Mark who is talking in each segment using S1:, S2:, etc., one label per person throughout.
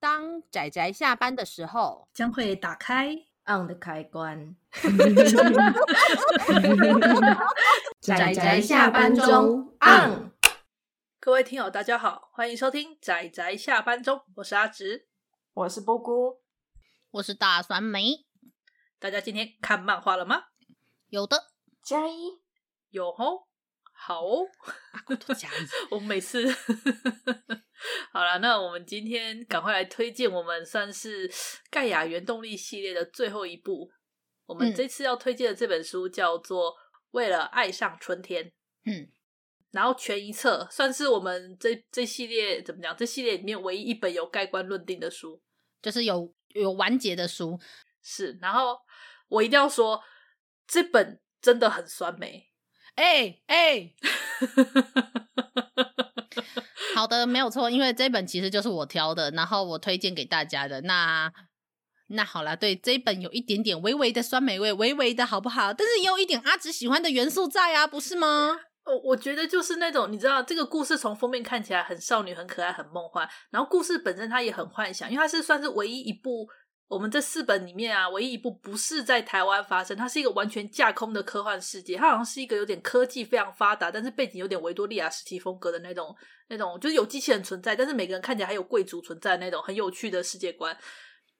S1: 当仔仔下班的时候，
S2: 将会打开
S3: on 的开 关。
S1: 宅
S3: 宅
S1: 宅下班中
S3: on。
S2: 各位听友，大家好，欢迎收听仔仔下班中，我是阿直。
S4: 我是波姑，
S1: 我是大酸梅，
S2: 大家今天看漫画了吗？
S1: 有的
S4: 加一，
S2: 有哦，好哦。
S1: 啊 加
S2: 我每次 好了，那我们今天赶快来推荐我们算是盖亚原动力系列的最后一部。我们
S1: 嗯
S2: 这次要推荐的这本书叫做《为了爱上春天》。
S1: 嗯，
S2: 然后全一册算是我们这这系列怎么讲？这系列里面唯一一本有盖棺论定的书。
S1: 就是有有完结的书，
S2: 是，然后我一定要说，这本真的很酸梅。
S1: 哎哎，好的，没有错，因为这本其实就是我挑的，然后我推荐给大家的。那那好啦，对这一本有一点点微微的酸梅味，微微的好不好？但是也有一点阿直喜欢的元素在啊，不是吗？
S2: 我我觉得就是那种，你知道，这个故事从封面看起来很少女、很可爱、很梦幻，然后故事本身它也很幻想，因为它是算是唯一一部我们这四本里面啊，唯一一部不是在台湾发生，它是一个完全架空的科幻世界，它好像是一个有点科技非常发达，但是背景有点维多利亚时期风格的那种那种，就是有机器人存在，但是每个人看起来还有贵族存在的那种很有趣的世界观。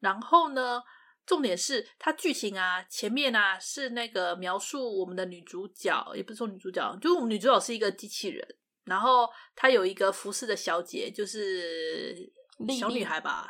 S2: 然后呢，重点是它剧情啊，前面啊是那个描述我们的女主角，也不是说女主角，就是我们女主角是一个机器人，然后她有一个服侍的小姐，就是
S4: 莉
S2: 小女
S4: 莉
S2: 孩吧，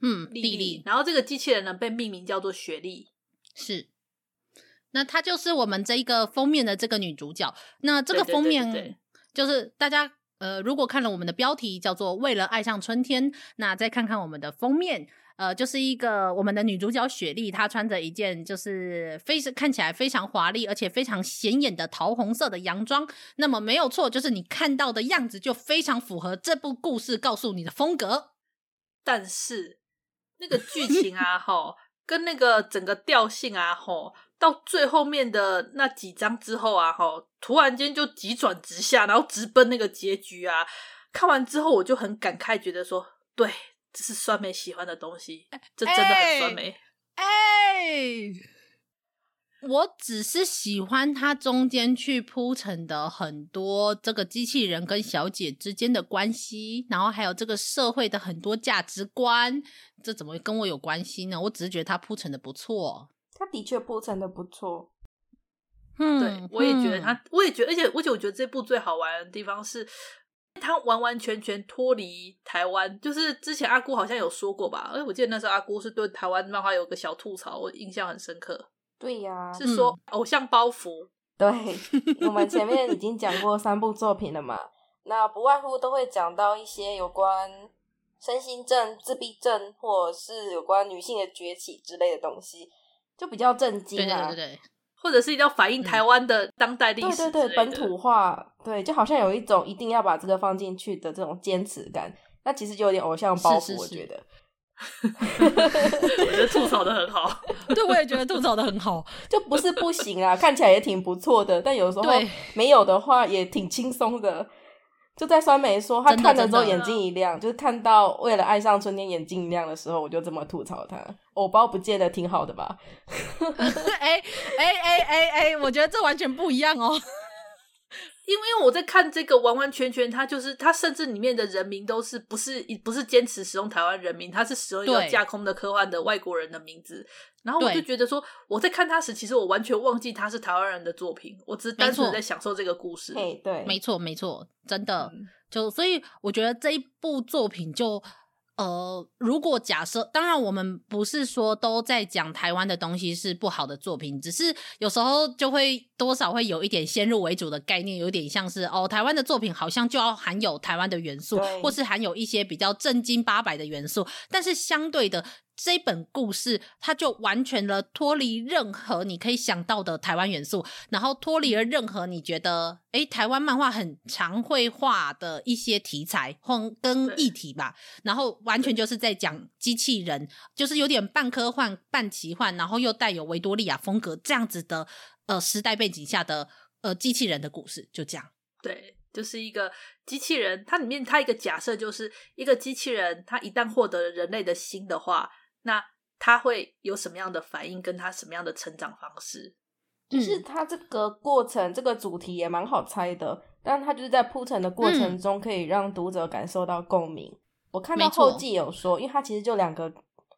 S1: 嗯，
S2: 莉
S1: 丽丽，
S2: 然后这个机器人呢被命名叫做雪莉，
S1: 是。那她就是我们这一个封面的这个女主角。那这个
S2: 对对
S1: 封
S2: 对
S1: 面
S2: 对对
S1: 就是大家呃，如果看了我们的标题叫做《为了爱上春天》，那再看看我们的封面，呃，就是一个我们的女主角雪莉，她穿着一件就是非常看起来非常华丽，而且非常显眼的桃红色的洋装。那么没有错，就是你看到的样子就非常符合这部故事告诉你的风格。
S2: 但是那个剧情啊，吼，跟那个整个调性啊，吼，到最后面的那几章之后啊，吼，突然间就急转直下，然后直奔那个结局啊。看完之后，我就很感慨，觉得说，对，这是酸梅喜欢的东西，这真的很酸梅。
S1: 哎，我只是喜欢它中间去铺陈的很多这个机器人跟小姐之间的关系，然后还有这个社会的很多价值观，这怎么会跟我有关系呢？我只是觉得它铺陈的不错。
S4: 他的确铺陈的不错，
S1: 嗯
S2: 对，我也觉得他，我也觉得，而且而且，我觉得这部最好玩的地方是，他完完全全脱离台湾。就是之前阿姑好像有说过吧，哎，我记得那时候阿姑是对台湾漫画有个小吐槽，我印象很深刻，
S4: 对呀、
S2: 是说偶像包袱。
S4: 对，我们前面已经讲过三部作品了嘛，那不外乎都会讲到一些有关身心症、自闭症，或者是有关女性的崛起之类的东西，就比较震惊
S1: 对对
S4: 啊。
S1: 对对对，
S2: 或者是要反映台湾的当代历
S4: 嗯对
S2: 史之
S4: 对
S2: 类的、
S4: 对，本土化，对，就好像有一种一定要把这个放进去的这种坚持感，那其实就有点偶像包
S1: 是
S4: 袱，
S1: 是
S4: 我
S1: 是
S4: 觉得，
S2: 我觉得吐槽的很好。
S1: 对我也觉得吐槽的很 好。
S4: 就不是不行啊，看起来也挺不错的，但有时候
S1: 对
S4: 没有的话也挺轻松的。就在酸梅说他
S1: 真的
S4: 看了之后
S1: 真的
S4: 眼睛一亮，就是看到为了爱上春天眼睛一亮的时候，我就这么吐槽他，偶包不见得挺好的吧？
S1: 哎哎哎哎哎，我觉得这完全不一样哦。
S2: 因为因为我在看这个完完全全，它就是它甚至里面的人名都是不是不是坚持使用台湾人名，它是使用一个
S1: 对
S2: 架空的科幻的外国人的名字。然后我
S1: 对
S2: 就觉得说，我在看它时，其实我完全忘记它是台湾人的作品，我只是单纯地在享受这个故事。
S4: 嘿，对，
S1: 没错没错，真的。
S4: 嗯
S1: 就所以我觉得这一部作品就呃，如果假设，当然我们不是说都在讲台湾的东西是不好的作品，只是有时候就会多少会有一点先入为主的概念，有点像是哦，台湾的作品好像就要含有台湾的元素，
S4: 对
S1: 或是含有一些比较正经八百的元素，但是相对的。这本故事，它就完全的脱离任何你可以想到的台湾元素，然后脱离了任何你觉得，诶，台湾漫画很常会画的一些题材或跟
S2: 对
S1: 议题吧，然后完全就是在讲机器人，就是有点半科幻、半奇幻，然后又带有维多利亚 风格这样子的呃时代背景下的呃机器人的故事，就这样。
S2: 对，就是一个机器人，它里面它一个假设就是一个机器人，它一旦获得了人类的心的话，那它会有什么样的反应，跟它什么样的成长方式？
S1: 嗯
S4: 其实它这个过程，这个主题也蛮好猜的，但它就是在铺陈的过程中，可以让读者感受到共鸣。我看
S1: 嗯
S4: 到
S1: 没错
S4: 后记有说，因为它其实就两个，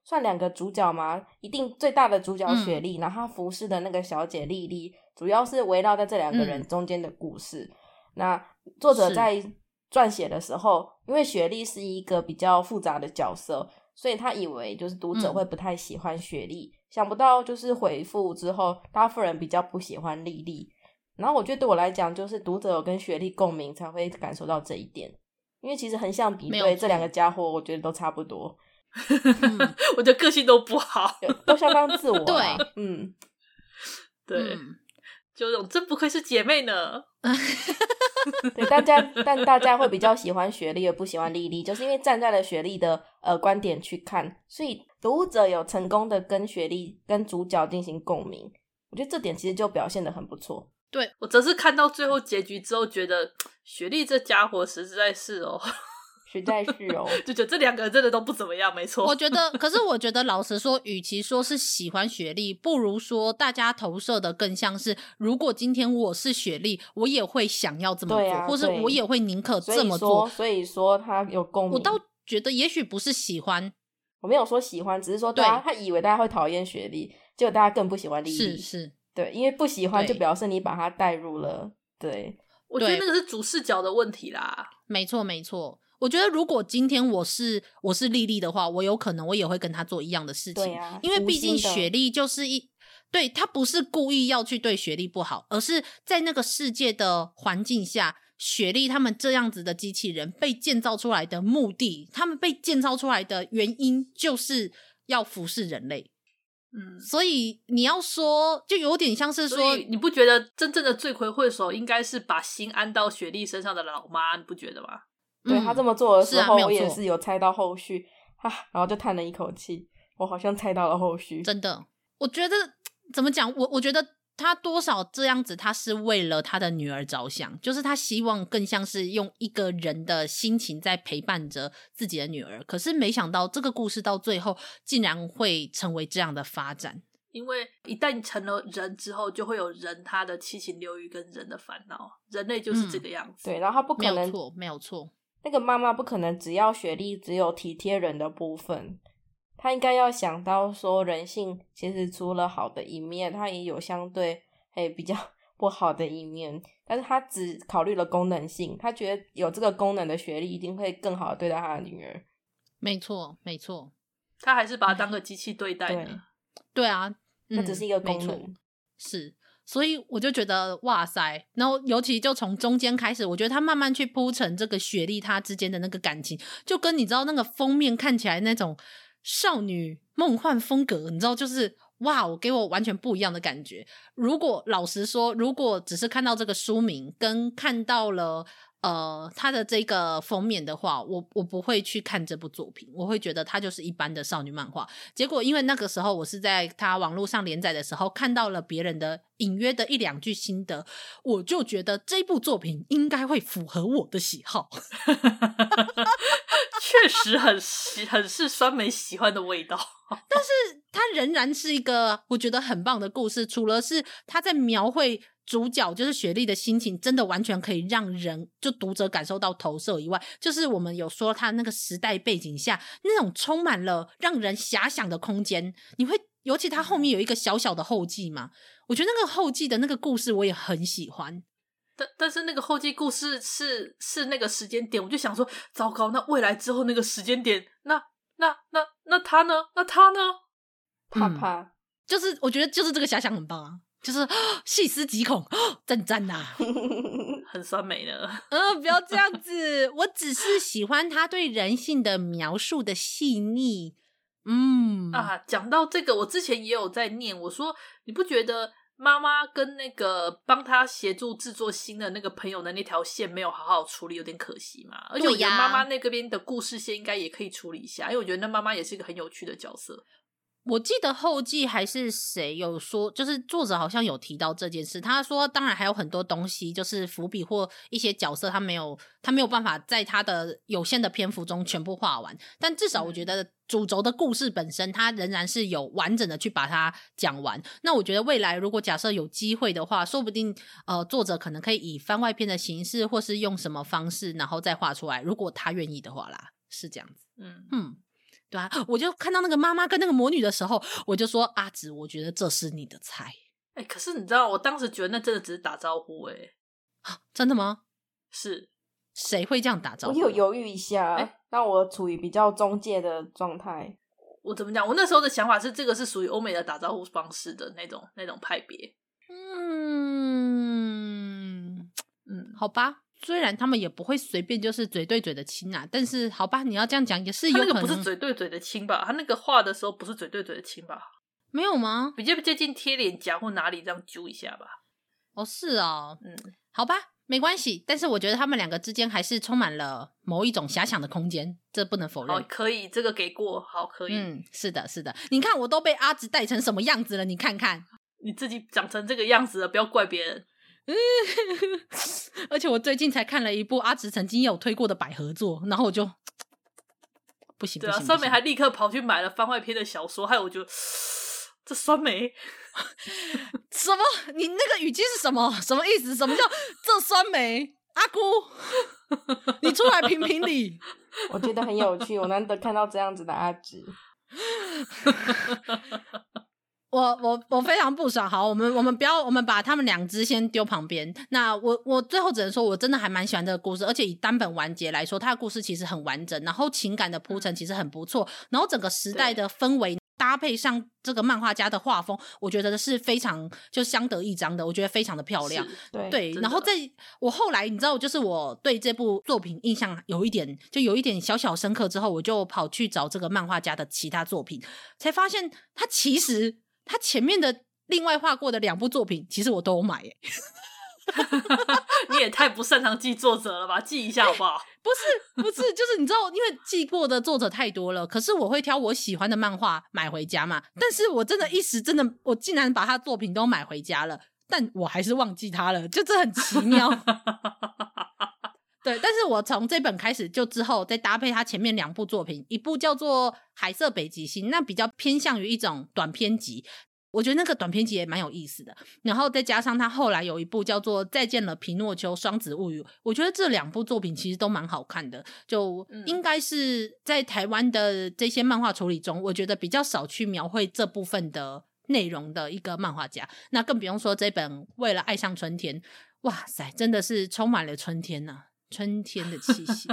S4: 算两个主角嘛，一定最大的主角
S1: 嗯
S4: 雪莉，然后她服侍的那个小姐莉莉，主要是围绕在这两个人中间的故事。那作者
S1: 嗯是
S4: 在撰写的时候，因为雪莉是一个比较复杂的角色，所以他以为就是读者
S1: 嗯
S4: 会不太喜欢雪莉，想不到就是回复之后，大部分人比较不喜欢莉莉。然后我觉得对我来讲，就是读者有跟雪莉共鸣，才会感受到这一点。因为其实横向比
S1: 没有
S4: 对
S1: 错
S4: 这两个家伙，我觉得都差不多，
S1: 嗯
S2: 我觉得个性都不好，
S4: 有都相当自我啦。
S1: 对，
S4: 嗯，
S2: 对，
S1: 嗯
S2: 就这种真不愧是姐妹呢。
S4: 对，大家但大家会比较喜欢雪莉，而不喜欢莉莉，就是因为站在了雪莉的呃观点去看，所以读者有成功的跟雪莉跟主角进行共鸣。我觉得这点其实就表现的很不错。
S2: 我则是看到最后结局之后，觉得雪莉这家伙实在是哦，
S4: 实在是 哦，
S2: 就觉得这两个人真的都不怎么样。没
S1: 我
S2: 错，
S1: 觉得，可是我觉得，老实说，与其说是喜欢雪莉，不如说大家投射的更像是，如果今天我是雪莉，我也会想要这么
S4: 对
S1: 做，
S4: 啊
S1: 或是
S4: 对
S1: 我也会宁可
S4: 所
S1: 这
S4: 以
S1: 么
S4: 说嗯
S1: 做。
S4: 所以说他有共鸣。
S1: 我倒觉得，也许不是喜欢，
S4: 我没有说喜欢，只是说大家
S1: 对
S4: 他以为大家会讨厌雪莉，结果大家更不喜欢莉
S1: 是
S4: 莉。
S1: 是，
S4: 对，因为不喜欢
S1: 对
S4: 就表示你把他带入了。对，
S2: 我觉得
S1: 对
S2: 那个是主视角的问题啦。
S1: 没错没错。我觉得，如果今天我是我是莉莉的话，我有可能我也会跟她做一样的事情
S4: 对，啊，
S1: 因为
S4: 无
S1: 毕竟
S4: 心的
S1: 雪莉就是一，对她不是故意要去对雪莉不好，而是在那个世界的环境下，雪莉他们这样子的机器人被建造出来的目的，他们被建造出来的原因就是要服侍人类，
S2: 嗯，
S1: 所以你要说，就有点像是
S2: 所
S1: 说
S2: 以。你不觉得真正的罪魁祸首应该是把心安到雪莉身上的老妈？你不觉得吗？
S4: 对
S1: 嗯
S4: 他这么做的
S1: 是
S4: 时
S1: 啊
S4: 候，
S1: 没有
S4: 我也
S1: 错
S4: 是有猜到后续啊，然后就叹了一口气，我好像猜到了后续。
S1: 真的，我觉得怎么讲，我我觉得他多少这样子，他是为了他的女儿着想，就是他希望更像是用一个人的心情在陪伴着自己的女儿。可是没想到这个故事到最后竟然会成为这样的发展。
S2: 因为一旦你成了人之后，就会有人他的七情六欲跟人的烦恼，人类就是这个样子。
S4: 对，然后他不
S1: 没
S4: 可
S1: 有
S4: 能，
S1: 错，没有错，
S4: 那个妈妈不可能只要雪莉只有体贴人的部分，她应该要想到说人性其实除了好的一面，它也有相对诶比较 不好的一面，但是她只考虑了功能性，她觉得有这个功能的雪莉一定会更好的对待她的女儿。
S1: 没错，没错，
S2: 他还是把它当个机器对待
S4: 对
S2: 呢。
S1: 对 啊，
S4: 那
S1: 嗯
S4: 只是一个
S1: 没
S4: 功
S1: 错
S4: 能，
S1: 是，所以我就觉得哇塞，然后尤其就从中间开始，我觉得他慢慢去铺陈这个雪莉她之间的那个感情，就跟你知道那个封面看起来那种少女梦幻风格，你知道就是。哇，哦我给我完全不一样的感觉。如果老实说，如果只是看到这个书名跟看到了呃它的这个封面的话，我我不会去看这部作品，我会觉得它就是一般的少女漫画。结果因为那个时候我是在他网络上连载的时候看到了别人的隐约的一两句心得，我就觉得这部作品应该会符合我的喜好。
S2: 确实很喜，很是酸梅喜欢的味道。
S1: 它仍然是一个我觉得很棒的故事，除了是他在描绘主角就是雪莉的心情，真的完全可以让人就读者感受到投射以外，就是我们有说他那个时代背景下那种充满了让人遐想的空间，你会尤其他后面有一个小小的后记嘛，我觉得那个后记的那个故事我也很喜欢。
S2: 但但是那个后继故事是是那个时间点，我就想说，糟糕，那未来之后那个时间点，那那那那他呢？那他呢？
S4: 怕
S1: 嗯
S4: 怕。
S1: 就是我觉得就是这个遐想很棒啊，就是 细思极恐， 赞赞呐！
S2: 很酸梅呢？
S1: 嗯，不要这样子，我只是喜欢他对人性的描述的细腻。嗯，
S2: 啊，讲到这个，我之前也有在念，我说你不觉得妈妈跟那个帮她协助制作新的那个朋友的那条线没有好好处理，有点可惜嘛？而且我
S1: 对
S2: 觉
S1: 呀
S2: 得妈妈那个边的故事线应该也可以处理一下，因为我觉得那妈妈也是一个很有趣的角色。
S1: 我记得后记还是谁有说，就是作者好像有提到这件事。他说，当然还有很多东西，就是伏笔或一些角色，他没有他没有办法在他的有限的篇幅中全部画完。但至少我觉得主轴的故事本身，他仍然是有完整的去把它讲完。那我觉得未来如果假设有机会的话，说不定呃作者可能可以以番外篇的形式，或是用什么方式，然后再画出来。如果他愿意的话啦，是这样子。
S2: 嗯，
S1: 嗯，对啊，我就看到那个妈妈跟那个魔女的时候，我就说阿紫，我觉得这是你的菜、
S2: 哎、可是你知道，我当时觉得那真的只是打招呼、哎，
S1: 啊真的吗？
S2: 是，
S1: 谁会这样打招
S4: 我
S1: 呼？
S4: 有犹豫一下
S2: 哎，
S4: 那我处于比较中介的状态。
S2: 我怎么讲？我那时候的想法是，这个是属于欧美的打招呼方式的那种那种派别。
S1: 嗯，
S2: 嗯，
S1: 好吧，虽然他们也不会随便就是嘴对嘴的亲啊，但是好吧，你要这样讲也是
S2: 他
S1: 有
S2: 那个
S1: 可
S2: 不是
S1: 能
S2: 嘴对嘴的亲吧？他那个画的时候不是嘴对嘴的亲吧？
S1: 没有吗？
S2: 比较接近贴脸颊或哪里这样揪一下吧。
S1: 哦，是哦，
S2: 嗯，
S1: 好吧，没关系。但是我觉得他们两个之间还是充满了某一种遐想的空间，这不能否
S2: 好，
S1: 认。
S2: 可以，这个给过，好，可以。
S1: 嗯，是的，是的，你看我都被阿紫带成什么样子了，你看看。
S2: 你自己长成这个样子了，不要怪别人。
S1: 而且我最近才看了一部阿直曾经有推过的百合作，然后我就不行，
S2: 对啊，
S1: 不行
S2: 酸梅
S1: 不
S2: 还
S1: 行
S2: 立刻跑去买了番外篇的小说，害我就这酸梅，
S1: 什么？你那个语气是什么？什么意思？什么叫这酸梅？阿姑，你出来评评理。
S4: 我觉得很有趣，我难得看到这样子的阿直。
S1: 我我我非常不爽。好，我们我们不要，我们把他们两只先丢旁边。那我我最后只能说，我真的还蛮喜欢这个故事，而且以单本完结来说，它的故事其实很完整，然后情感的铺陈其实很不错，然后整个时代的氛围搭配上这个漫画家的画风，我觉得是非常就相得益彰的，我觉得非常的漂亮。
S2: 是
S4: 对
S1: 对，
S2: 真
S1: 然后
S2: 的
S1: 在我后来，你知道，就是我对这部作品印象有一点，就有一点小小深刻之后，我就跑去找这个漫画家的其他作品，才发现他其实他前面的另外画过的两部作品，其实我都有买耶、
S2: 你也太不擅长记作者了吧？记一下好不好？
S1: 不是不是，就是你知道，因为记过的作者太多了，可是我会挑我喜欢的漫画买回家嘛。但是我真的一时真的，我竟然把他作品都买回家了，但我还是忘记他了，就这很奇妙。对，但是我从这本开始就之后再搭配他前面两部作品，一部叫做《海色北极星》，那比较偏向于一种短篇集。我觉得那个短篇集也蛮有意思的，然后再加上他后来有一部叫做《再见了皮诺丘：双子物语》，我觉得这两部作品其实都蛮好看的，就
S2: 嗯
S1: 应该是在台湾的这些漫画处理中，我觉得比较少去描绘这部分的内容的一个漫画家。那更不用说这本《为了爱上春天》，哇塞，真的是充满了春天呐、春天的气息。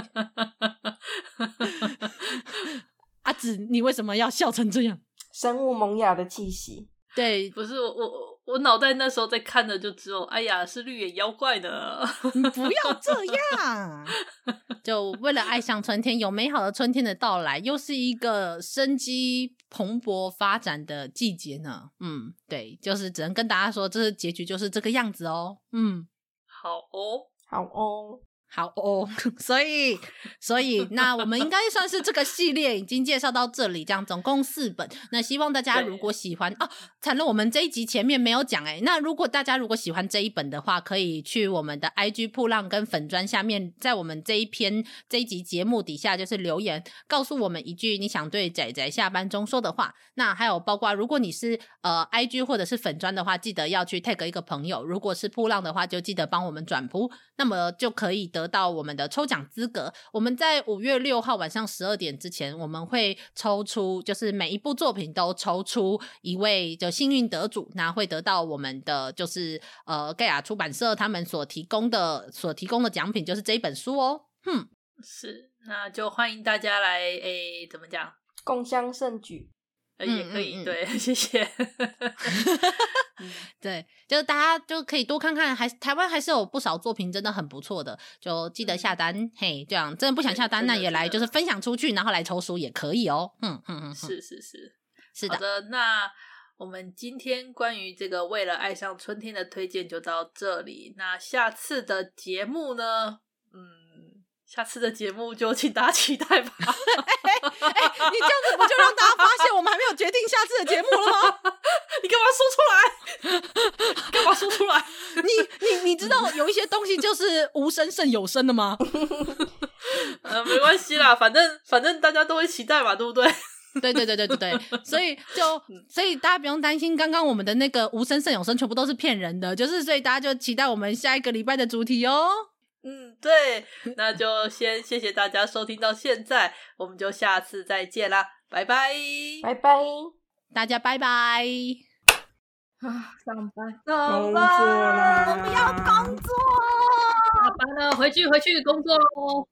S1: 阿紫，你为什么要笑成这样？
S4: 生物萌芽的气息，
S1: 对，
S2: 不是我我我我脑袋那时候在看的就只有，哎呀，是绿野妖怪的。
S1: 你不要这样。 就为了爱上春天，有美好的春天的到来，又是一个生机蓬勃发展的季节呢。嗯，对，就是只能跟大家说，这是结局就是这个样子哦。嗯，
S2: 好哦，
S4: 好哦，
S1: 好哦，所以所以那我们应该算是这个系列已经介绍到这里，这样总共四本。那希望大家
S2: 对
S1: 如果喜欢啊，惨了，我们这一集前面没有讲哎、那如果大家如果喜欢这一本的话，可以去我们的 IG 铺浪跟粉砖下面，在我们这一篇这一集节目底下就是留言，告诉我们一句你想对仔仔下班中说的话。那还有包括，如果你是呃 IG 或者是粉砖的话，记得要去 tag 一个朋友；如果是铺浪的话，就记得帮我们转铺，那么就可以得到我们的抽奖资格。我们在五月六号晚上十二点之前，我们会抽出，就是每一部作品都抽出一位就幸运得主，那会得到我们的就是呃盖亚出版社他们所提供的所提供的奖品，就是这一本书哦。哼、
S2: 是，那就欢迎大家来，诶，怎么讲？
S4: 共襄盛举。
S2: 呃，
S1: 嗯
S2: 也可以，
S1: 嗯嗯嗯
S2: 对， 谢谢。
S1: 对，就是大家就可以多看看，还台湾还是有不少作品真的很不错的，就记得下单。嘿，这样真的不想下单，
S2: 嗯对
S1: 那
S2: 真的
S1: 也来
S2: 真
S1: 就
S2: 的
S1: 是分享出去，然后来抽书也可以哦。嗯嗯嗯，嗯
S2: 是是是，
S1: 是
S2: 好
S1: 的，
S2: 的，那我们今天关于这个为了爱上春天的推荐就到这里。那下次的节目呢？嗯，下次的节目就请大家期待吧。
S1: 哎、你这样子不就让大家发现我们还没有决定下次的 无声胜有声的吗？
S2: 呃，没关系啦，反正反正大家都会期待嘛，对不对？
S1: 对对对对对对，所以就所以大家不用担心，刚刚我们的那个无声胜有声全部都是骗人的，就是所以大家就期待我们下一个礼拜的主题哦。
S2: 嗯，对，那就先谢谢大家收听到现在，我们就下次再见啦，拜拜，
S4: 拜拜，
S1: 大家拜拜，
S2: 啊，上班，上
S4: 工作
S2: 班，
S4: 啦！
S1: 我不要工作。
S2: 下班了，回去回去工作喽。